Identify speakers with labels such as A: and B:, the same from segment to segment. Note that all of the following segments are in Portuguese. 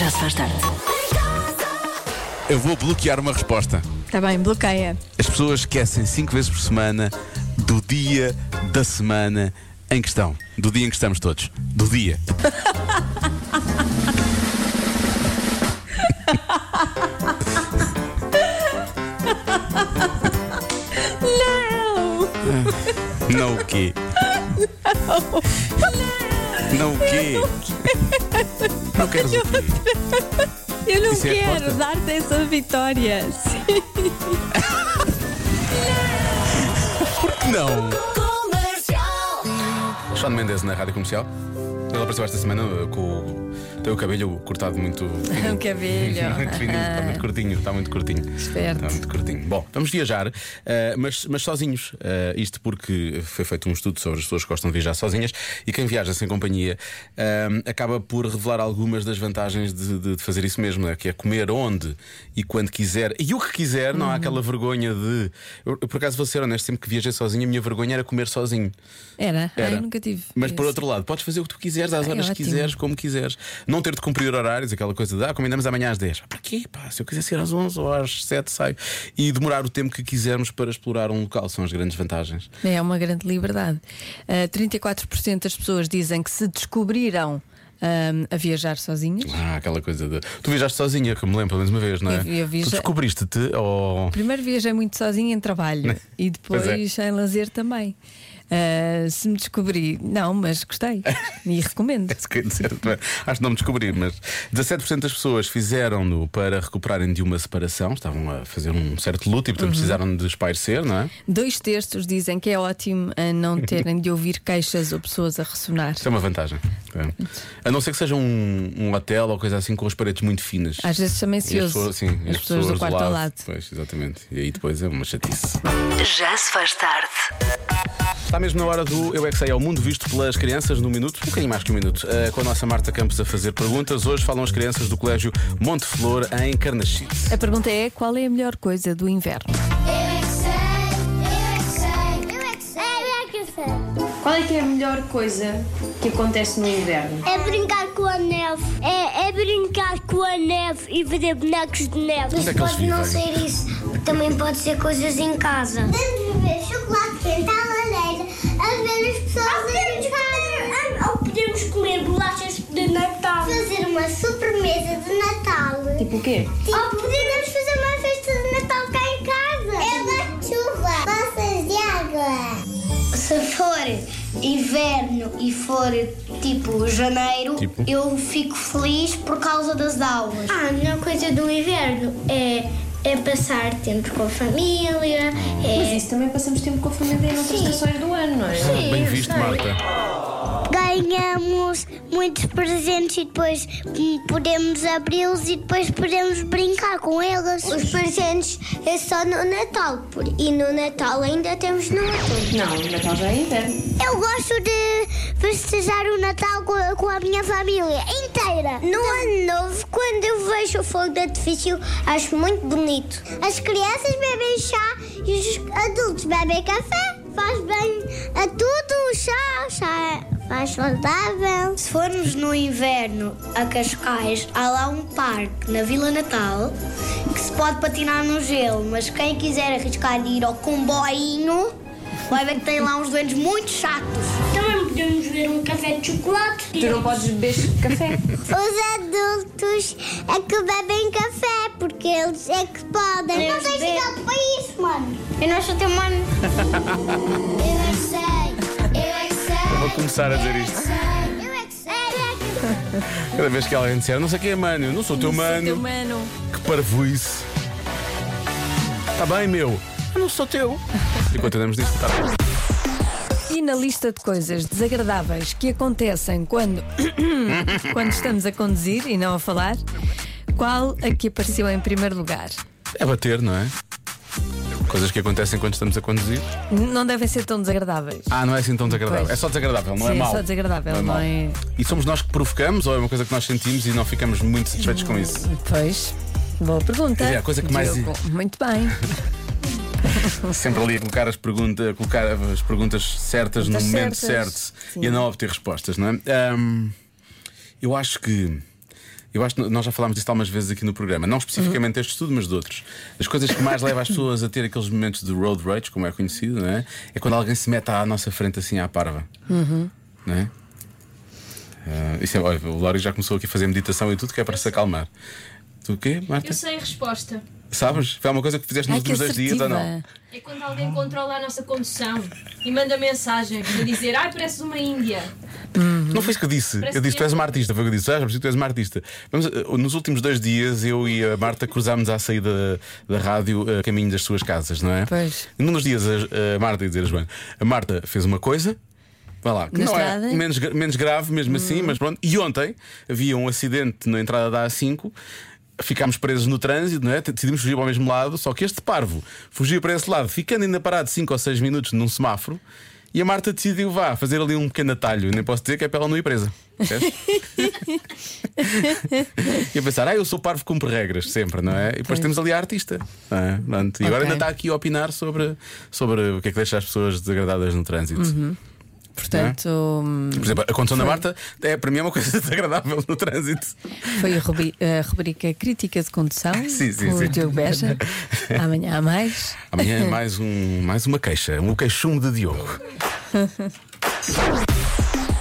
A: Já se faz tarde.
B: Eu vou bloquear uma resposta.
A: Está Tá bem, bloqueia.
B: As pessoas esquecem cinco vezes por semana do dia da semana em questão. Do dia em que estamos todos. Do dia.
A: Não!
B: Não o quê? Não o quê? Não queres o quê?
A: Eu não
B: Isso é a
A: quero
B: resposta?
A: dar-te essa vitória. Sim.
B: Não! Sean Mendes na Rádio Comercial. Ele apareceu esta semana uh, com o teu cabelo cortado muito.
A: O cabelo.
B: muito fininho, está muito curtinho, está muito curtinho.
A: Esperto.
B: Está muito curtinho. Bom, vamos viajar, uh, mas, mas sozinhos. Uh, isto porque foi feito um estudo sobre as pessoas que gostam de viajar sozinhas e quem viaja sem companhia um, acaba por revelar algumas das vantagens de, de- de fazer isso mesmo, né? que é comer onde e quando quiser e o que quiser, não há aquela vergonha de. Eu, eu, por acaso vou ser honesto, sempre que viajei sozinho, a minha vergonha era comer sozinho.
C: Era? Ah,
B: Era.
C: eu nunca tive.
B: Mas por
C: esse.
B: outro lado, podes fazer o que tu quiseres, às
C: Ah, é
B: horas que
C: ótimo.
B: quiseres, como quiseres. Não ter de cumprir horários, aquela coisa de ah, combinamos amanhã às 10. Ah, Para quê? Pá, se eu quiser sair às 11 ou às 7, saio. E demorar o tempo que quisermos para explorar um local são as grandes vantagens.
C: É uma grande liberdade. Ah, 34% das pessoas dizem que se descobriram ahm, a viajar sozinhas.
B: Ah, aquela coisa de. Tu viajaste sozinha, que me lembro, pelo menos uma vez, não é?
C: Eu- eu viaja-
B: Tu descobriste-te oh, ou.
C: Primeiro viajei é muito sozinha em trabalho e depois
B: Né? Pois é.
C: em lazer também. Ah, se me descobri, não, mas gostei e recomendo.
B: Se quer dizer, não é? Acho que não me descobri, mas 17% das pessoas fizeram-no para recuperarem de uma separação, estavam a fazer um certo luto e
C: Uhum.
B: portanto precisaram de espairecer, não é?
C: Dois terços dizem que é ótimo a não terem de ouvir queixas ou pessoas a ressonar.
B: Isso é uma vantagem. É. A não ser que seja um, um hotel ou coisa assim com as paredes muito finas.
C: Às vezes também se
B: E as
C: ouve.
B: pessoas- sim, e
C: as pessoas do quarto ao lado.
B: Pois, exatamente. E aí depois é uma chatice.
A: Já se faz tarde.
B: Está mesmo na hora do Eu é que sei ao mundo visto pelas crianças no minuto, um bocadinho mais que um minuto, eh, com a nossa Marta Campos a fazer perguntas. Hoje falam as crianças do Colégio Monte Flor em Carnaxide.
C: A pergunta é: qual é a melhor coisa do inverno?
D: Qual é que é a melhor coisa que acontece no inverno?
E: É brincar com a neve. É, é brincar com a neve e ver bonecos de neve.
B: Onde é que eles vivem?
E: isso, porque também pode ser coisas em casa. Podemos beber chocolate quente à lareira, a ver as pessoas ou podemos comer, Ou podemos comer bolachas de Natal. Fazer uma sobremesa de Natal.
D: Tipo o quê?
E: Ou podemos Oh, fazer uma festa de Natal cá em casa. Eu gosto de chuva, bolsas de água. Se for inverno e for tipo janeiro,
B: Tipo?
E: eu fico feliz por causa das aulas. Ah, a melhor coisa do inverno é, é passar tempo com a família. é
D: Mas isso também passamos tempo com a família em outras
E: Sim.
D: estações do ano, não é?
B: Bem visto, Marta.
E: Ganhamos muitos presentes e depois hum, podemos abri-los e depois podemos brincar com eles. Os presentes é só no Natal e no Natal ainda temos no Natal.
D: Não, o Natal já é inverno.
E: Eu gosto de festejar o Natal co- com, a minha família inteira. No ano novo, quando eu vejo o fogo de artifício, acho muito bonito. As crianças bebem chá e os adultos bebem café. Faz bem a tudo o chá, o chá é mais saudável. Se formos no inverno a Cascais, há lá um parque na Vila Natal que se pode patinar no gelo, mas quem quiser arriscar de ir ao comboinho Vai ver que tem lá uns doentes muito chatos. Também podemos ver um café de chocolate.
D: Tu não podes beber café.
E: Os adultos é que bebem café, porque eles é que podem. não tens idade para isso, mano. Eu não sou teu mano. eu é que sei, eu é que sei.
B: vou começar a dizer isto.
E: Eu é que sei, eu é que sei.
B: Cada vez que alguém disser, não sei quem é mano, eu não sou teu mano,
C: Teu mano.
B: que parvoíce. Está bem, meu. Eu não sou teu. Enquanto andamos disto, está tá bem.
C: E na lista de coisas desagradáveis que acontecem quando, quando estamos a conduzir e não a falar, qual a que apareceu em primeiro lugar?
B: É bater, não é? Coisas que acontecem quando estamos a conduzir.
C: N- Não devem ser tão desagradáveis.
B: Ah, não é assim tão desagradável.
C: Pois.
B: É só desagradável, não é
C: Sim,
B: mau.
C: é só desagradável, não
B: mau.
C: é-
B: E somos nós que provocamos ou é uma coisa que nós sentimos e não ficamos muito satisfeitos com isso?
C: Pois, boa pergunta.
B: É, a coisa que mais-
C: Diogo. Muito bem.
B: Sempre ali a colocar as, pergunta, a colocar as perguntas certas no
C: Perguntas
B: momento
C: certas.
B: certo e a não obter respostas, não é? Ahm, eu acho que Eu acho que nós já falámos disto algumas vezes aqui no programa, não especificamente
C: Uhum.
B: deste estudo, mas de outros. As coisas que mais levam as pessoas a ter aqueles momentos de road rage, como é conhecido, não é? É quando alguém se mete à nossa frente assim à parva.
C: Uhum.
B: Não é? Ah, isso é- olha, o Lório já começou aqui a fazer meditação e tudo que é para se acalmar. Tu o quê, Marta?
F: Eu sei a resposta.
B: Sabes? Foi alguma coisa que fizeste nos
C: Ai, que
B: últimos dois dias ou não?
C: assertiva.
F: É quando alguém controla a nossa condução e manda mensagem para dizer: Ai, pareces uma Índia.
B: Não foi isso que eu disse.
F: Parece
B: Eu disse,
F: que
B: tu és
F: é-
B: uma artista. Foi o que eu disse. Ah, já percebi que tu és uma artista. Vamos, eh, nos últimos dois dias, eu e a Marta cruzámos à saída da rádio eh, a caminho das suas casas, não é?
C: Pois.
B: Num dos dias, a, a Marta, ia dizer a Joana, a Marta fez uma coisa. Vai lá, que
C: Na
B: não
C: estrada? Hum.
B: é menos, gra- menos grave mesmo assim, mas pronto. E ontem havia um acidente na entrada da A5. Ficámos presos no trânsito, não é? decidimos fugir para o mesmo lado, só que este parvo fugiu para esse lado, ficando ainda parado 5 ou 6 minutos num semáforo. E a Marta decidiu, vá, fazer ali um pequeno atalho. Nem posso dizer que é para ela não ir presa. Percebes? e a pensar, ah, eu sou parvo, cumpre regras, sempre, não é? E depois temos ali a artista. não é? Pronto. E agora
C: Ok.
B: ainda está aqui a opinar sobre, sobre o que é que deixa as pessoas desagradadas no trânsito.
C: Uhum. Portanto, hum,
B: Por exemplo, a condição da Marta é para mim é uma coisa desagradável no trânsito.
C: foi a rubi- a rubrica Crítica de Condução
B: Sim, sim,
C: com
B: sim.
C: o Diogo Beja. Amanhã há mais.
B: Amanhã é mais, um, mais uma queixa, um queixume de Diogo.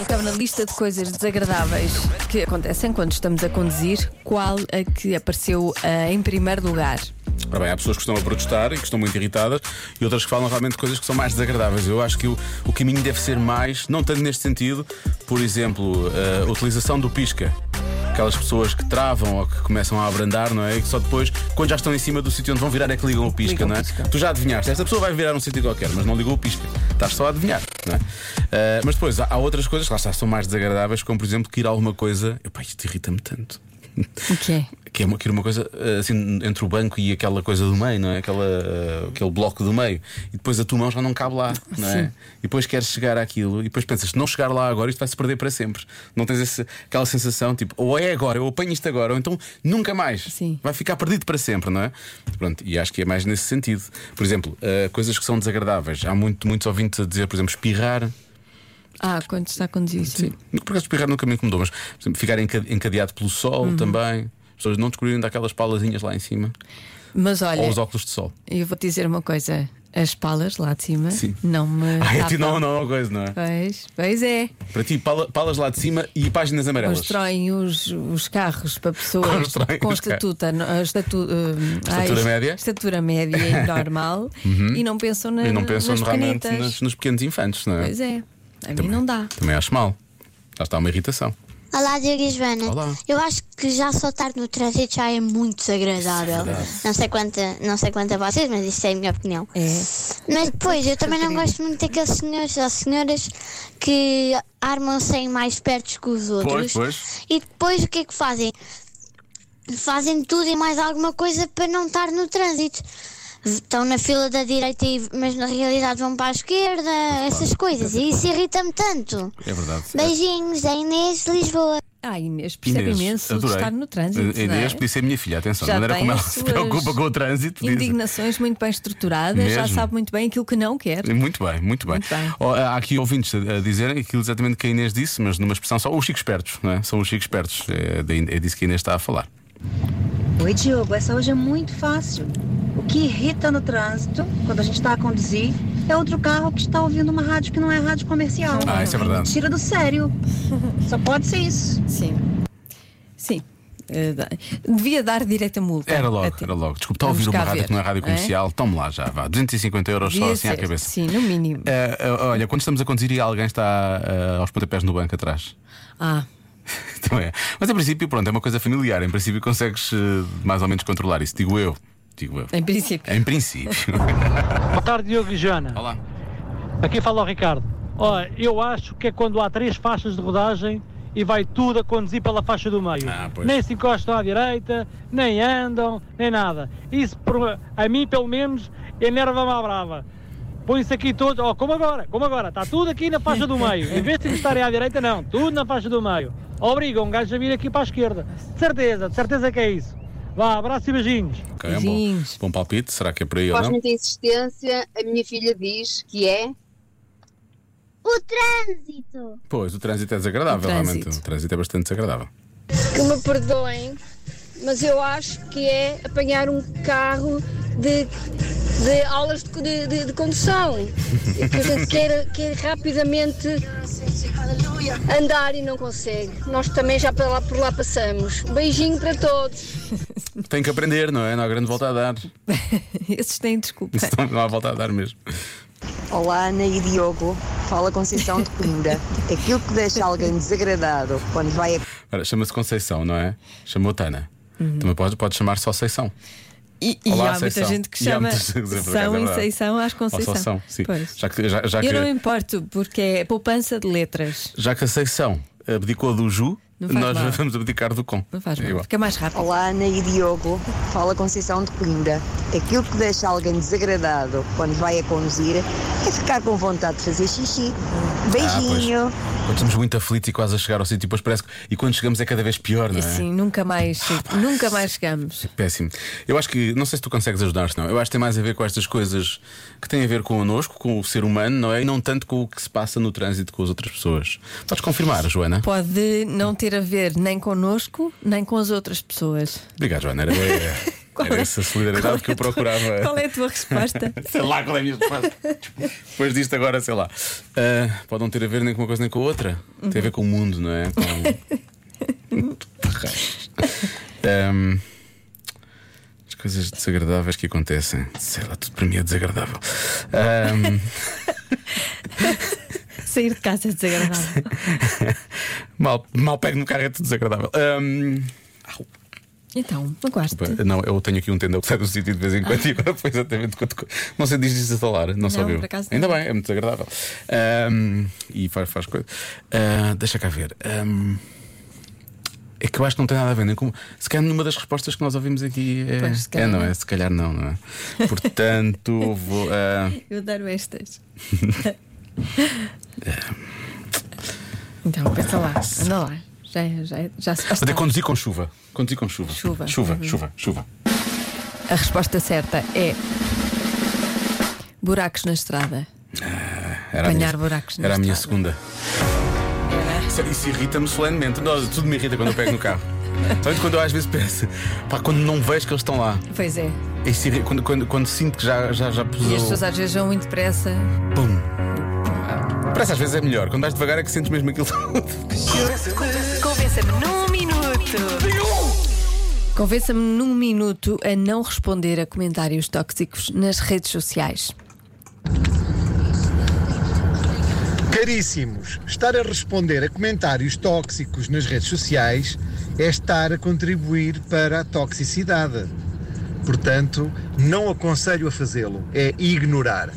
C: Então, na lista de coisas desagradáveis que acontecem quando estamos a conduzir, qual a que apareceu ah, em primeiro lugar?
B: Ora bem, há pessoas que estão a protestar e que estão muito irritadas e outras que falam realmente de coisas que são mais desagradáveis. Eu acho que o, o caminho deve ser mais, não tanto neste sentido, por exemplo, eh, a utilização do pisca. Aquelas pessoas que travam ou que começam a abrandar, não é? E que só depois, quando já estão em cima do sítio onde vão virar, é que ligam o pisca,
C: Ligam o
B: não é?
C: pisca.
B: Tu já adivinhaste, esta pessoa vai virar um sítio qualquer, mas não ligou o pisca. Estás só a adivinhar, não é? Ah, mas depois há, há outras coisas que lá está, são mais desagradáveis, como por exemplo que ir a alguma coisa. Epá, isto irrita-me tanto.
C: O que é?
B: Que é uma, que era uma coisa eh, assim entre o banco e aquela coisa do meio, não é? Aquela, eh, aquele bloco do meio. E depois a tua mão já não cabe lá, não é? E depois queres chegar àquilo e depois pensas, se não chegar lá agora, isto vai se perder para sempre. Não tens esse- aquela sensação tipo, ou é agora, eu apanho isto agora, ou então nunca mais.
C: Sim.
B: Vai ficar perdido para sempre, não é? Pronto, e acho que é mais nesse sentido. Por exemplo, eh, coisas que são desagradáveis. Há muito, muitos ouvintes a dizer, por exemplo, espirrar.
C: Ah, quando está a conduzir, sim.
B: Nunca- Por acaso espirrar nunca me incomodou, mas por exemplo, ficar enca- encadeado pelo sol também. As pessoas não descobrirem daquelas palazinhas lá em cima.
C: Mas
B: Ou
C: olha,
B: os óculos de sol.
C: eu vou te dizer uma coisa: as palas lá de cima
B: Sim.
C: não me.
B: Ah, é ti
C: tapam.
B: não, não, não, coisa, não é?
C: Pois, pois é.
B: Para ti, pala- palas lá de cima e páginas amarelas.
C: Constroem os, os carros para pessoas
B: Constroem
C: com
B: os carros.
C: estatuta, no- ah, estatu, hum,
B: Estatura
C: ai,
B: média? Uhum.
C: Estatura média e normal e não pensam, na,
B: E não pensam
C: nas
B: realmente
C: pequenitas.
B: nos, nos pequenos infantes, não é?
C: Pois é, a mim não dá.
B: Também acho mal. Já está uma irritação.
G: Olá, Diogo e Joana.
B: Olá.
G: Eu acho que já soltar no trânsito já é muito
B: é
G: desagradável. Não sei quanto, não sei quanto a vocês, mas isso é a minha opinião.
C: É.
G: Mas depois, eu também não gosto muito daqueles senhores ou senhoras que armam-se em mais espertos que os outros.
B: pois.
G: E depois o que é que fazem? Fazem tudo e mais alguma coisa para não estar no trânsito. Estão na fila da direita, e- mas na realidade vão para a esquerda, essas coisas. E isso irrita-me tanto.
B: É verdade.
G: Beijinhos, é Inês de Lisboa.
C: Ah, Inês percebe imenso de
B: adorei.
C: estar no trânsito.
B: A- a
C: não é?
B: Inês podia ser minha filha, atenção.
C: Já
B: da maneira
C: tem
B: como ela
C: as
B: se
C: suas
B: preocupa com o trânsito. diz-
C: Indignações muito bem estruturadas, já
B: Mesmo. Eh,
C: sabe muito bem aquilo que não quer.
B: Muito bem, muito bem.
C: Muito bem.
B: Ó, há aqui ouvintes a, a dizerem aquilo exatamente que a Inês disse, mas numa expressão só os chicos espertos, não é? São os chicos espertos. É, da In- é disso que a Inês está a falar.
H: Oi, Diogo, essa hoje é muito fácil. O que irrita no trânsito, quando a gente está a conduzir, é outro carro que está ouvindo uma rádio que não é rádio comercial.
B: Ah, isso é verdade.
H: Tira do sério. Só pode ser isso.
C: Sim. Sim. Eh, dá- Devia dar direito a multa.
B: Era logo,
C: Até.
B: era logo. Desculpa, está a
C: É tipo, Vamos
B: ouvir uma
C: cá
B: rádio
C: ver,
B: que não é rádio
C: não é?
B: comercial? Tome lá já, vá. 250 euros só
C: Devia
B: assim à
C: ser.
B: cabeça.
C: Sim, no mínimo.
B: Ah, ah, olha, quando estamos a conduzir e alguém está ah, aos pontapés no banco atrás.
C: Ah,
B: Também é. Mas em princípio, pronto, é uma coisa familiar. Em princípio, consegues eh, mais ou menos controlar isso. Digo eu. Digo eu.
C: em princípio.
B: Em princípio.
I: Boa tarde, Diogo e Joana.
B: Olá.
I: Aqui fala o Ricardo. Ó, eu acho que é quando há três faixas de rodagem e vai tudo a conduzir pela faixa do meio.
B: Ah, pois.
I: nem se encostam à direita, nem andam, nem nada. Isso, por- a mim, pelo menos, enerva-me à brava. Põe-se aqui todos, ó, como agora, como agora, está tudo aqui na faixa do meio. Em vez de estarem à direita, não, tudo na faixa do meio. Obrigam um gajo a vir aqui para a esquerda. De certeza, de certeza que é isso. Vá, abraço e beijinhos.
B: Ok, é bom,
C: Beijinhos.
B: bom palpite, será que é por aí ou
J: Faz
B: não?
J: muita insistência, a minha filha diz que é.
E: O trânsito.
B: Pois, o trânsito é desagradável,
C: O
B: realmente.
C: trânsito.
B: O trânsito é bastante desagradável.
K: Que me perdoem, mas eu acho que é apanhar um carro de, de aulas de, de- de- de condução. E que a gente quer, quer rapidamente andar e não consegue. Nós também já por lá, por lá passamos. Beijinho para todos.
B: Tem que aprender, não é? Não há grande volta a dar.
C: Esses têm desculpa.
B: É. Isso não- não há volta a dar mesmo.
L: Olá, Ana e Diogo. Fala Conceição de Coimbra. Aquilo que deixa alguém desagradado quando vai a
B: Ora, chama-se Conceição, não é? Chamou Tana.
C: Uhum.
B: Também pode, pode chamar só Seição.
C: E, e
B: Olá,
C: há muita
B: Seição.
C: gente que
B: E há
C: chama
B: muita gente- por acaso é
C: São e
B: verdade.
C: Seição às Conceição.
B: Ou só São, sim.
C: Pois.
B: Já que, já, já
C: eu
B: que,
C: não importo, porque é poupança de letras.
B: já que a Seição abdicou do Ju,
C: Não faz
B: nós
C: mal.
B: vamos abdicar do Com.
C: Não faz
B: É
C: mal,
B: igual.
C: fica mais rápido.
L: Olá, Ana e Diogo. Fala Conceição de Coimbra. Aquilo que deixa alguém desagradado quando vai a conduzir é ficar com vontade de fazer xixi. Beijinho.
B: Ah, Quando estamos muito aflitos e quase a chegar ao sítio, depois parece que. E quando chegamos é cada vez pior, não é?
C: Sim, nunca mais, nunca mais chegamos.
B: Péssimo. Eu acho que, não sei se tu consegues ajudar-se, não. Eu acho que tem mais a ver com estas coisas que têm a ver connosco, com o ser humano, não é? E não tanto com o que se passa no trânsito com as outras pessoas. Podes confirmar, Joana?
C: Pode não ter a ver nem connosco, nem com as outras pessoas.
B: Obrigado, Joana. Era,
C: Qual
B: era
C: é-
B: essa solidariedade que eu procurava.
C: Qual é a tua resposta?
B: sei lá qual é a minha resposta. Depois disto, agora, sei lá. Ah, pode não ter a ver nem com uma coisa nem com a outra. Tem a ver com o mundo, não é? Com- Ahm, Hum. as coisas desagradáveis que acontecem. Sei lá, tudo para mim é desagradável. Hum. Ahm,
C: Sair de casa é desagradável.
B: mal, mal pego no carro é tudo desagradável. Hum. Ahm,
C: Então, magoaste.
B: Desculpa, Não, eu tenho aqui um tendão que sai do sítio de vez em quando e agora foi exatamente quanto. co- Não sei, diz desinstalar, não, não
C: Não,
B: soube eu.
C: por acaso não.
B: Ainda bem, é muito desagradável. Ahm, e faz, faz coisa. Ah, deixa cá ver. Ahm, é que eu acho que não tem nada a ver nem com. Se calhar nenhuma das respostas que nós ouvimos aqui é.
C: Pois, se
B: é,
C: calhar
B: não
C: não.
B: é? Se calhar não, não é? Portanto, vou. ah,
C: Eu adoro estas.
B: É.
C: então, pensa lá, anda lá. Já, já, já se
B: vou ter
C: basta.
B: que conduzir com chuva. Conduzir com chuva.
C: Chuva.
B: Chuva,
C: Uhum.
B: chuva, chuva.
C: A resposta certa é buracos na estrada.
B: Era a
C: Apanhar
B: minha-
C: buracos na
B: Era a minha
C: estrada.
B: segunda. Isso, é- isso irrita-me solenemente. Não, tudo me irrita quando eu pego no carro. Tanto quando eu às vezes penso, pá, quando não vejo que eles estão lá.
C: Pois é.
B: Isso irri- quando, quando, quando sinto que já, já, já
C: E as
B: pusou.
C: pessoas às vezes vão muito depressa.
B: Parece às vezes é melhor. Quando vais devagar é que sentes mesmo aquilo.
M: Convença-me num minuto.
C: Convença-me num minuto a não responder a comentários tóxicos nas redes sociais.
I: Caríssimos, estar a responder a comentários tóxicos nas redes sociais é estar a contribuir para a toxicidade. Portanto, não aconselho a fazê-lo, é ignorar.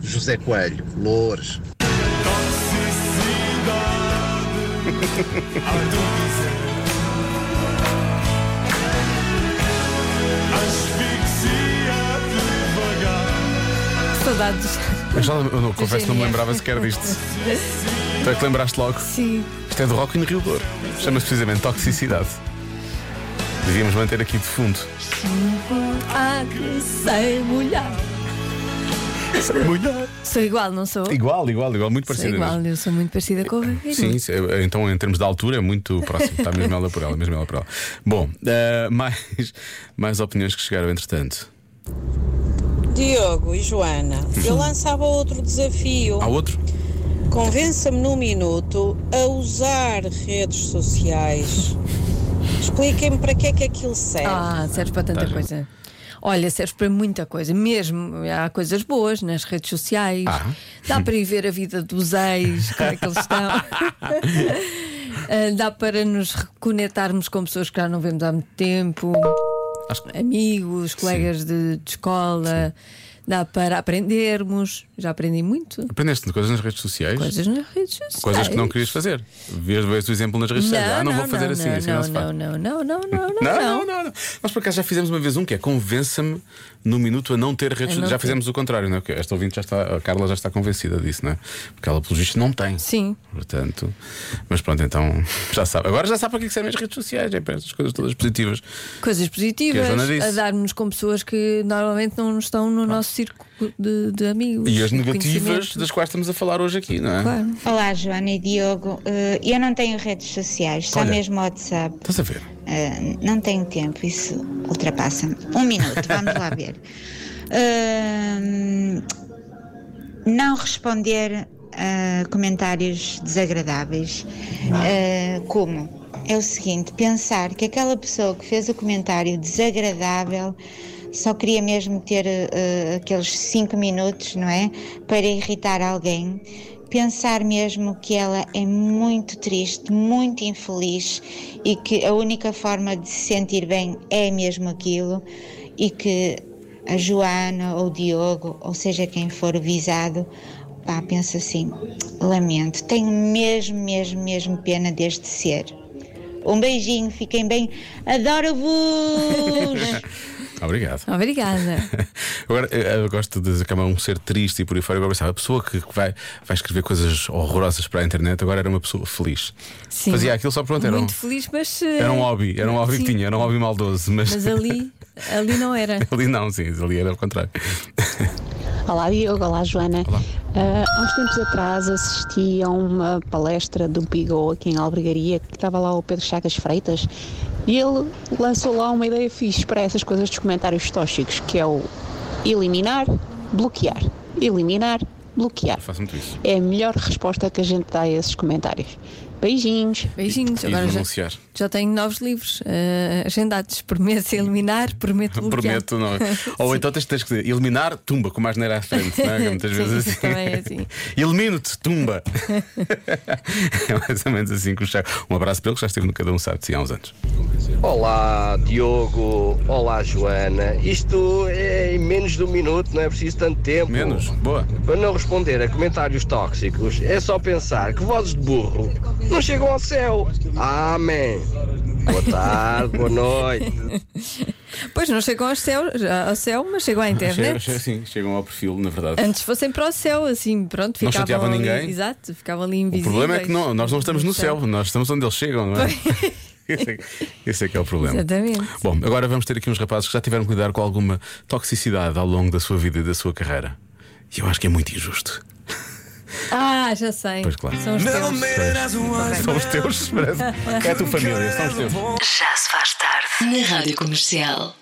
I: José Coelho, Loures.
C: Saudades.
B: Eu, já, eu não, confesso que não me
C: GNR.
B: lembrava sequer disto. Tu é que lembraste logo?
C: Sim.
B: Isto é do Rock in Rio Douro. Chama-se precisamente Toxicidade. Devíamos manter aqui de fundo.
C: Ah, que sei mulher.
B: Sei mulher.
C: Sou igual, não sou?
B: Igual, igual, igual, muito
C: Sou
B: parecido.
C: igual, eu sou muito parecida com a Vaviri.
B: Sim, sim, então em termos de altura é muito próximo. Está mesmo ela por ela, mesmo ela por ela. Bom, eh, mais, mais opiniões que chegaram entretanto.
N: Diogo e Joana, eu
B: Sim.
N: lançava outro desafio.
B: Há outro?
N: Convença-me num minuto a usar redes sociais. Expliquem-me para que é que aquilo serve.
C: Ah, serve para tanta
N: Tá, já.
C: coisa. Olha, serve para muita coisa, mesmo. Há coisas boas nas redes sociais. Dá para ir ver a vida dos ex, como é que eles estão. Ah, Dá para nos reconectarmos com pessoas que já não vemos há muito tempo, amigos, colegas de, de escola. Dá para aprendermos. Já aprendi muito.
B: Aprendeste coisas nas redes sociais?
C: Coisas nas redes sociais.
B: Coisas que não querias fazer. Vês vês o exemplo nas redes sociais. Ah, não, vou fazer
C: não,
B: assim,
C: não,
B: assim
C: não,
B: não, se faz.
C: não, não, não, não, não,
B: Não,
C: não.
B: não, não, não. Nós por acaso já fizemos uma vez um que é convença-me no minuto a não ter redes
C: A não
B: sociais. Já
C: ter.
B: fizemos o contrário, não é? Porque Esta ouvinte já está, a Carla já está convencida disso, não é? Porque ela, pelo visto, não tem.
C: Sim.
B: Portanto, mas pronto, então já sabe. Agora já sabe para que é que servem as redes sociais, é para estas coisas todas positivas.
C: Coisas
B: Que é a
C: positivas
B: Joana disse.
C: a dar-nos com pessoas que normalmente não estão no nosso círculo de, de amigos.
B: E as
C: de
B: negativas
C: conhecimento.
B: das quais estamos a falar hoje aqui, não é?
C: Claro.
K: Olá, Joana e Diogo. Eh, eu não tenho redes sociais, só
B: Olha,
K: mesmo WhatsApp.
B: Estás a ver?
K: Eh, não tenho tempo, isso ultrapassa-me. Um minuto, vamos lá ver. Ahm, não responder a comentários desagradáveis. Ah, como? É o seguinte: pensar que aquela pessoa que fez o comentário desagradável só queria mesmo ter ah, aqueles cinco minutos, não é? Para irritar alguém. Pensar mesmo que ela é muito triste, muito infeliz e que a única forma de se sentir bem é mesmo aquilo e que a Joana ou o Diogo, ou seja quem for o visado, pá, pensa assim, lamento, tenho mesmo, mesmo, mesmo pena deste ser. Um beijinho, fiquem bem, adoro-vos!
B: Obrigado.
C: Obrigada.
B: Agora, eu, eu gosto de dizer que é um ser triste e por aí fora. Agora, sabe, a pessoa que vai, vai escrever coisas horrorosas para a internet agora era uma pessoa feliz.
C: Sim.
B: Fazia aquilo só pronto, era um,
C: Muito feliz, mas. eh,
B: era um hobby, era um hobby
C: sim.
B: que tinha, era um hobby maldoso. Mas,
C: Mas ali, ali não era.
B: ali não, sim, ali era o contrário.
N: Olá Diogo, olá Joana. Ah, há uns tempos atrás assisti a uma palestra do Bigô aqui em Albergaria, que estava lá o Pedro Chagas Freitas, e ele lançou lá uma ideia fixe para essas coisas dos comentários tóxicos, que é o eliminar, bloquear, eliminar, bloquear.
B: Faço muito isso.
N: É a melhor resposta que a gente dá a esses comentários. Beijinhos.
C: Beijinhos,
B: E
C: agora já,
B: denunciar.
C: já tenho novos livros eh, agendados. Prometo eliminar, prometo bloquear.
B: Prometo, não. é? Ou então tens, tens que dizer, eliminar, tumba, com mais neira à frente, não é? Que Muitas
C: Sim,
B: vezes assim.
C: também é assim.
B: Elimino-te, tumba. é mais ou menos assim que o Chagas. Um abraço para ele que já esteve no Cada Um Sabe de Si há uns anos.
L: Olá Diogo, olá Joana. Isto é em menos de um minuto, não é preciso tanto tempo. Menos,
B: boa.
L: Para não responder a comentários tóxicos, é só pensar que vozes de burro não chegam ao céu. Amém. Boa tarde, boa noite.
C: Pois não chegam aos céus, ao céu, mas chegam à
B: Chegam,
C: internet.
B: chegam- sim, assim, chegam ao perfil, na verdade.
C: Antes fossem para o céu, assim, pronto,
B: Não
C: ficavam
B: chateavam
C: ali,
B: ninguém.
C: Exato, ficavam ali
B: O
C: invisíveis.
B: problema é que não, nós não estamos no céu, nós estamos onde eles chegam, não é? Esse é, esse é que é o problema.
C: Exatamente.
B: Bom, agora vamos ter aqui uns rapazes que já tiveram que lidar com alguma toxicidade ao longo da sua vida e da sua carreira. E eu acho que é muito injusto.
C: Ah, já sei.
B: Pois claro.
C: São os teus.
B: São os teus, parece. É a tua família, são os teus.
A: Já se faz tarde. Na Rádio Comercial.